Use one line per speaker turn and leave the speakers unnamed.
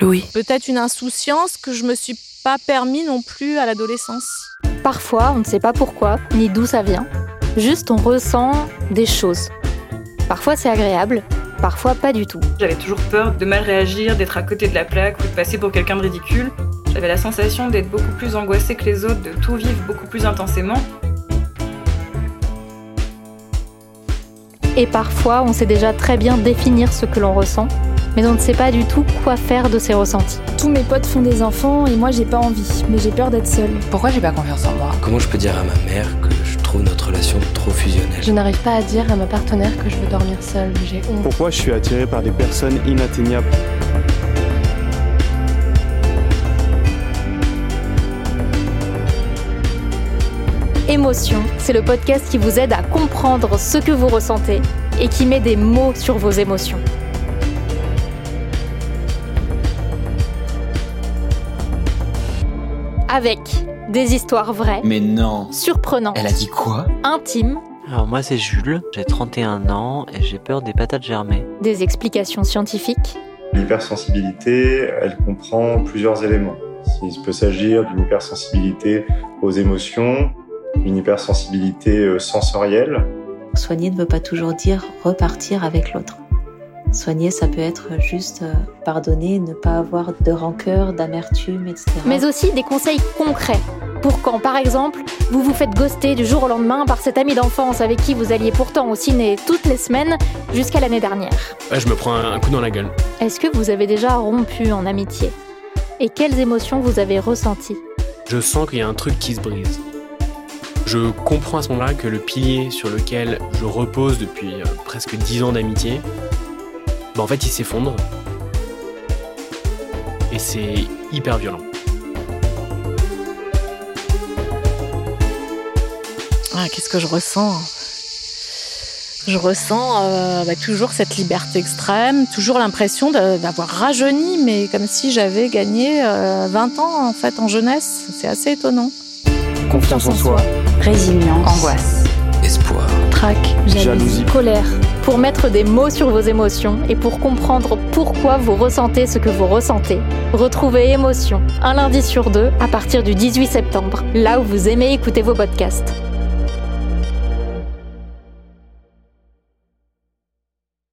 Louis.
Peut-être une insouciance que je me suis pas permis non plus à l'adolescence.
Parfois, on ne sait pas pourquoi, ni d'où ça vient. Juste, on ressent des choses. Parfois, c'est agréable, parfois pas du tout.
J'avais toujours peur de mal réagir, d'être à côté de la plaque ou de passer pour quelqu'un de ridicule. J'avais la sensation d'être beaucoup plus angoissée que les autres, de tout vivre beaucoup plus intensément.
Et parfois, on sait déjà très bien définir ce que l'on ressent, mais on ne sait pas du tout quoi faire de ces ressentis.
Tous mes potes font des enfants et moi j'ai pas envie, mais j'ai peur d'être seule.
Pourquoi j'ai pas confiance en moi
Comment je peux dire à ma mère que je trouve notre relation trop fusionnelle
Je n'arrive pas à dire à ma partenaire que je veux dormir seule, j'ai honte.
Pourquoi je suis attirée par des personnes inatteignables
Émotion, c'est le podcast qui vous aide à comprendre ce que vous ressentez et qui met des mots sur vos émotions. avec des histoires vraies,
Mais non
surprenantes,
Elle a dit quoi
intimes,
Alors moi c'est Jules, j'ai 31 ans et j'ai peur des patates germées.
des explications scientifiques,
L'hypersensibilité, elle comprend plusieurs éléments. Il peut s'agir d'une hypersensibilité aux émotions, d'une hypersensibilité euh, sensorielle.
Soigner ne veut pas toujours dire repartir avec l'autre. Soigner, ça peut être juste euh, pardonner, ne pas avoir de rancœur, d'amertume, etc.
mais aussi des conseils concrets pour quand, par exemple, vous vous faites ghoster du jour au lendemain par cet ami d'enfance avec qui vous alliez pourtant au ciné toutes les semaines jusqu'à l'année dernière.
Ah, je me prends un coup dans la gueule.
Est-ce que vous avez déjà rompu en amitié Et quelles émotions vous avez ressenties
Je sens qu'il y a un truc qui se brise. Je comprends à ce moment-là que le pilier sur lequel je repose depuis euh, presque 10 ans d'amitié, bah, en fait, il s'effondre. Et c'est hyper violent.
Ah, qu'est-ce que je ressens Je ressens euh, bah, toujours cette liberté extrême, toujours l'impression de- d'avoir rajeuni, mais comme si j'avais gagné euh, 20 ans en fait en jeunesse. C'est assez étonnant.
Confiance en soi.
Résilience, angoisse,
Espoir.
trac,
Jalousie.
Colère, pour mettre des mots sur vos émotions et pour comprendre pourquoi vous ressentez ce que vous ressentez. Retrouvez Émotion, un lundi sur deux, à partir du 18 septembre, là où vous aimez écouter vos podcasts.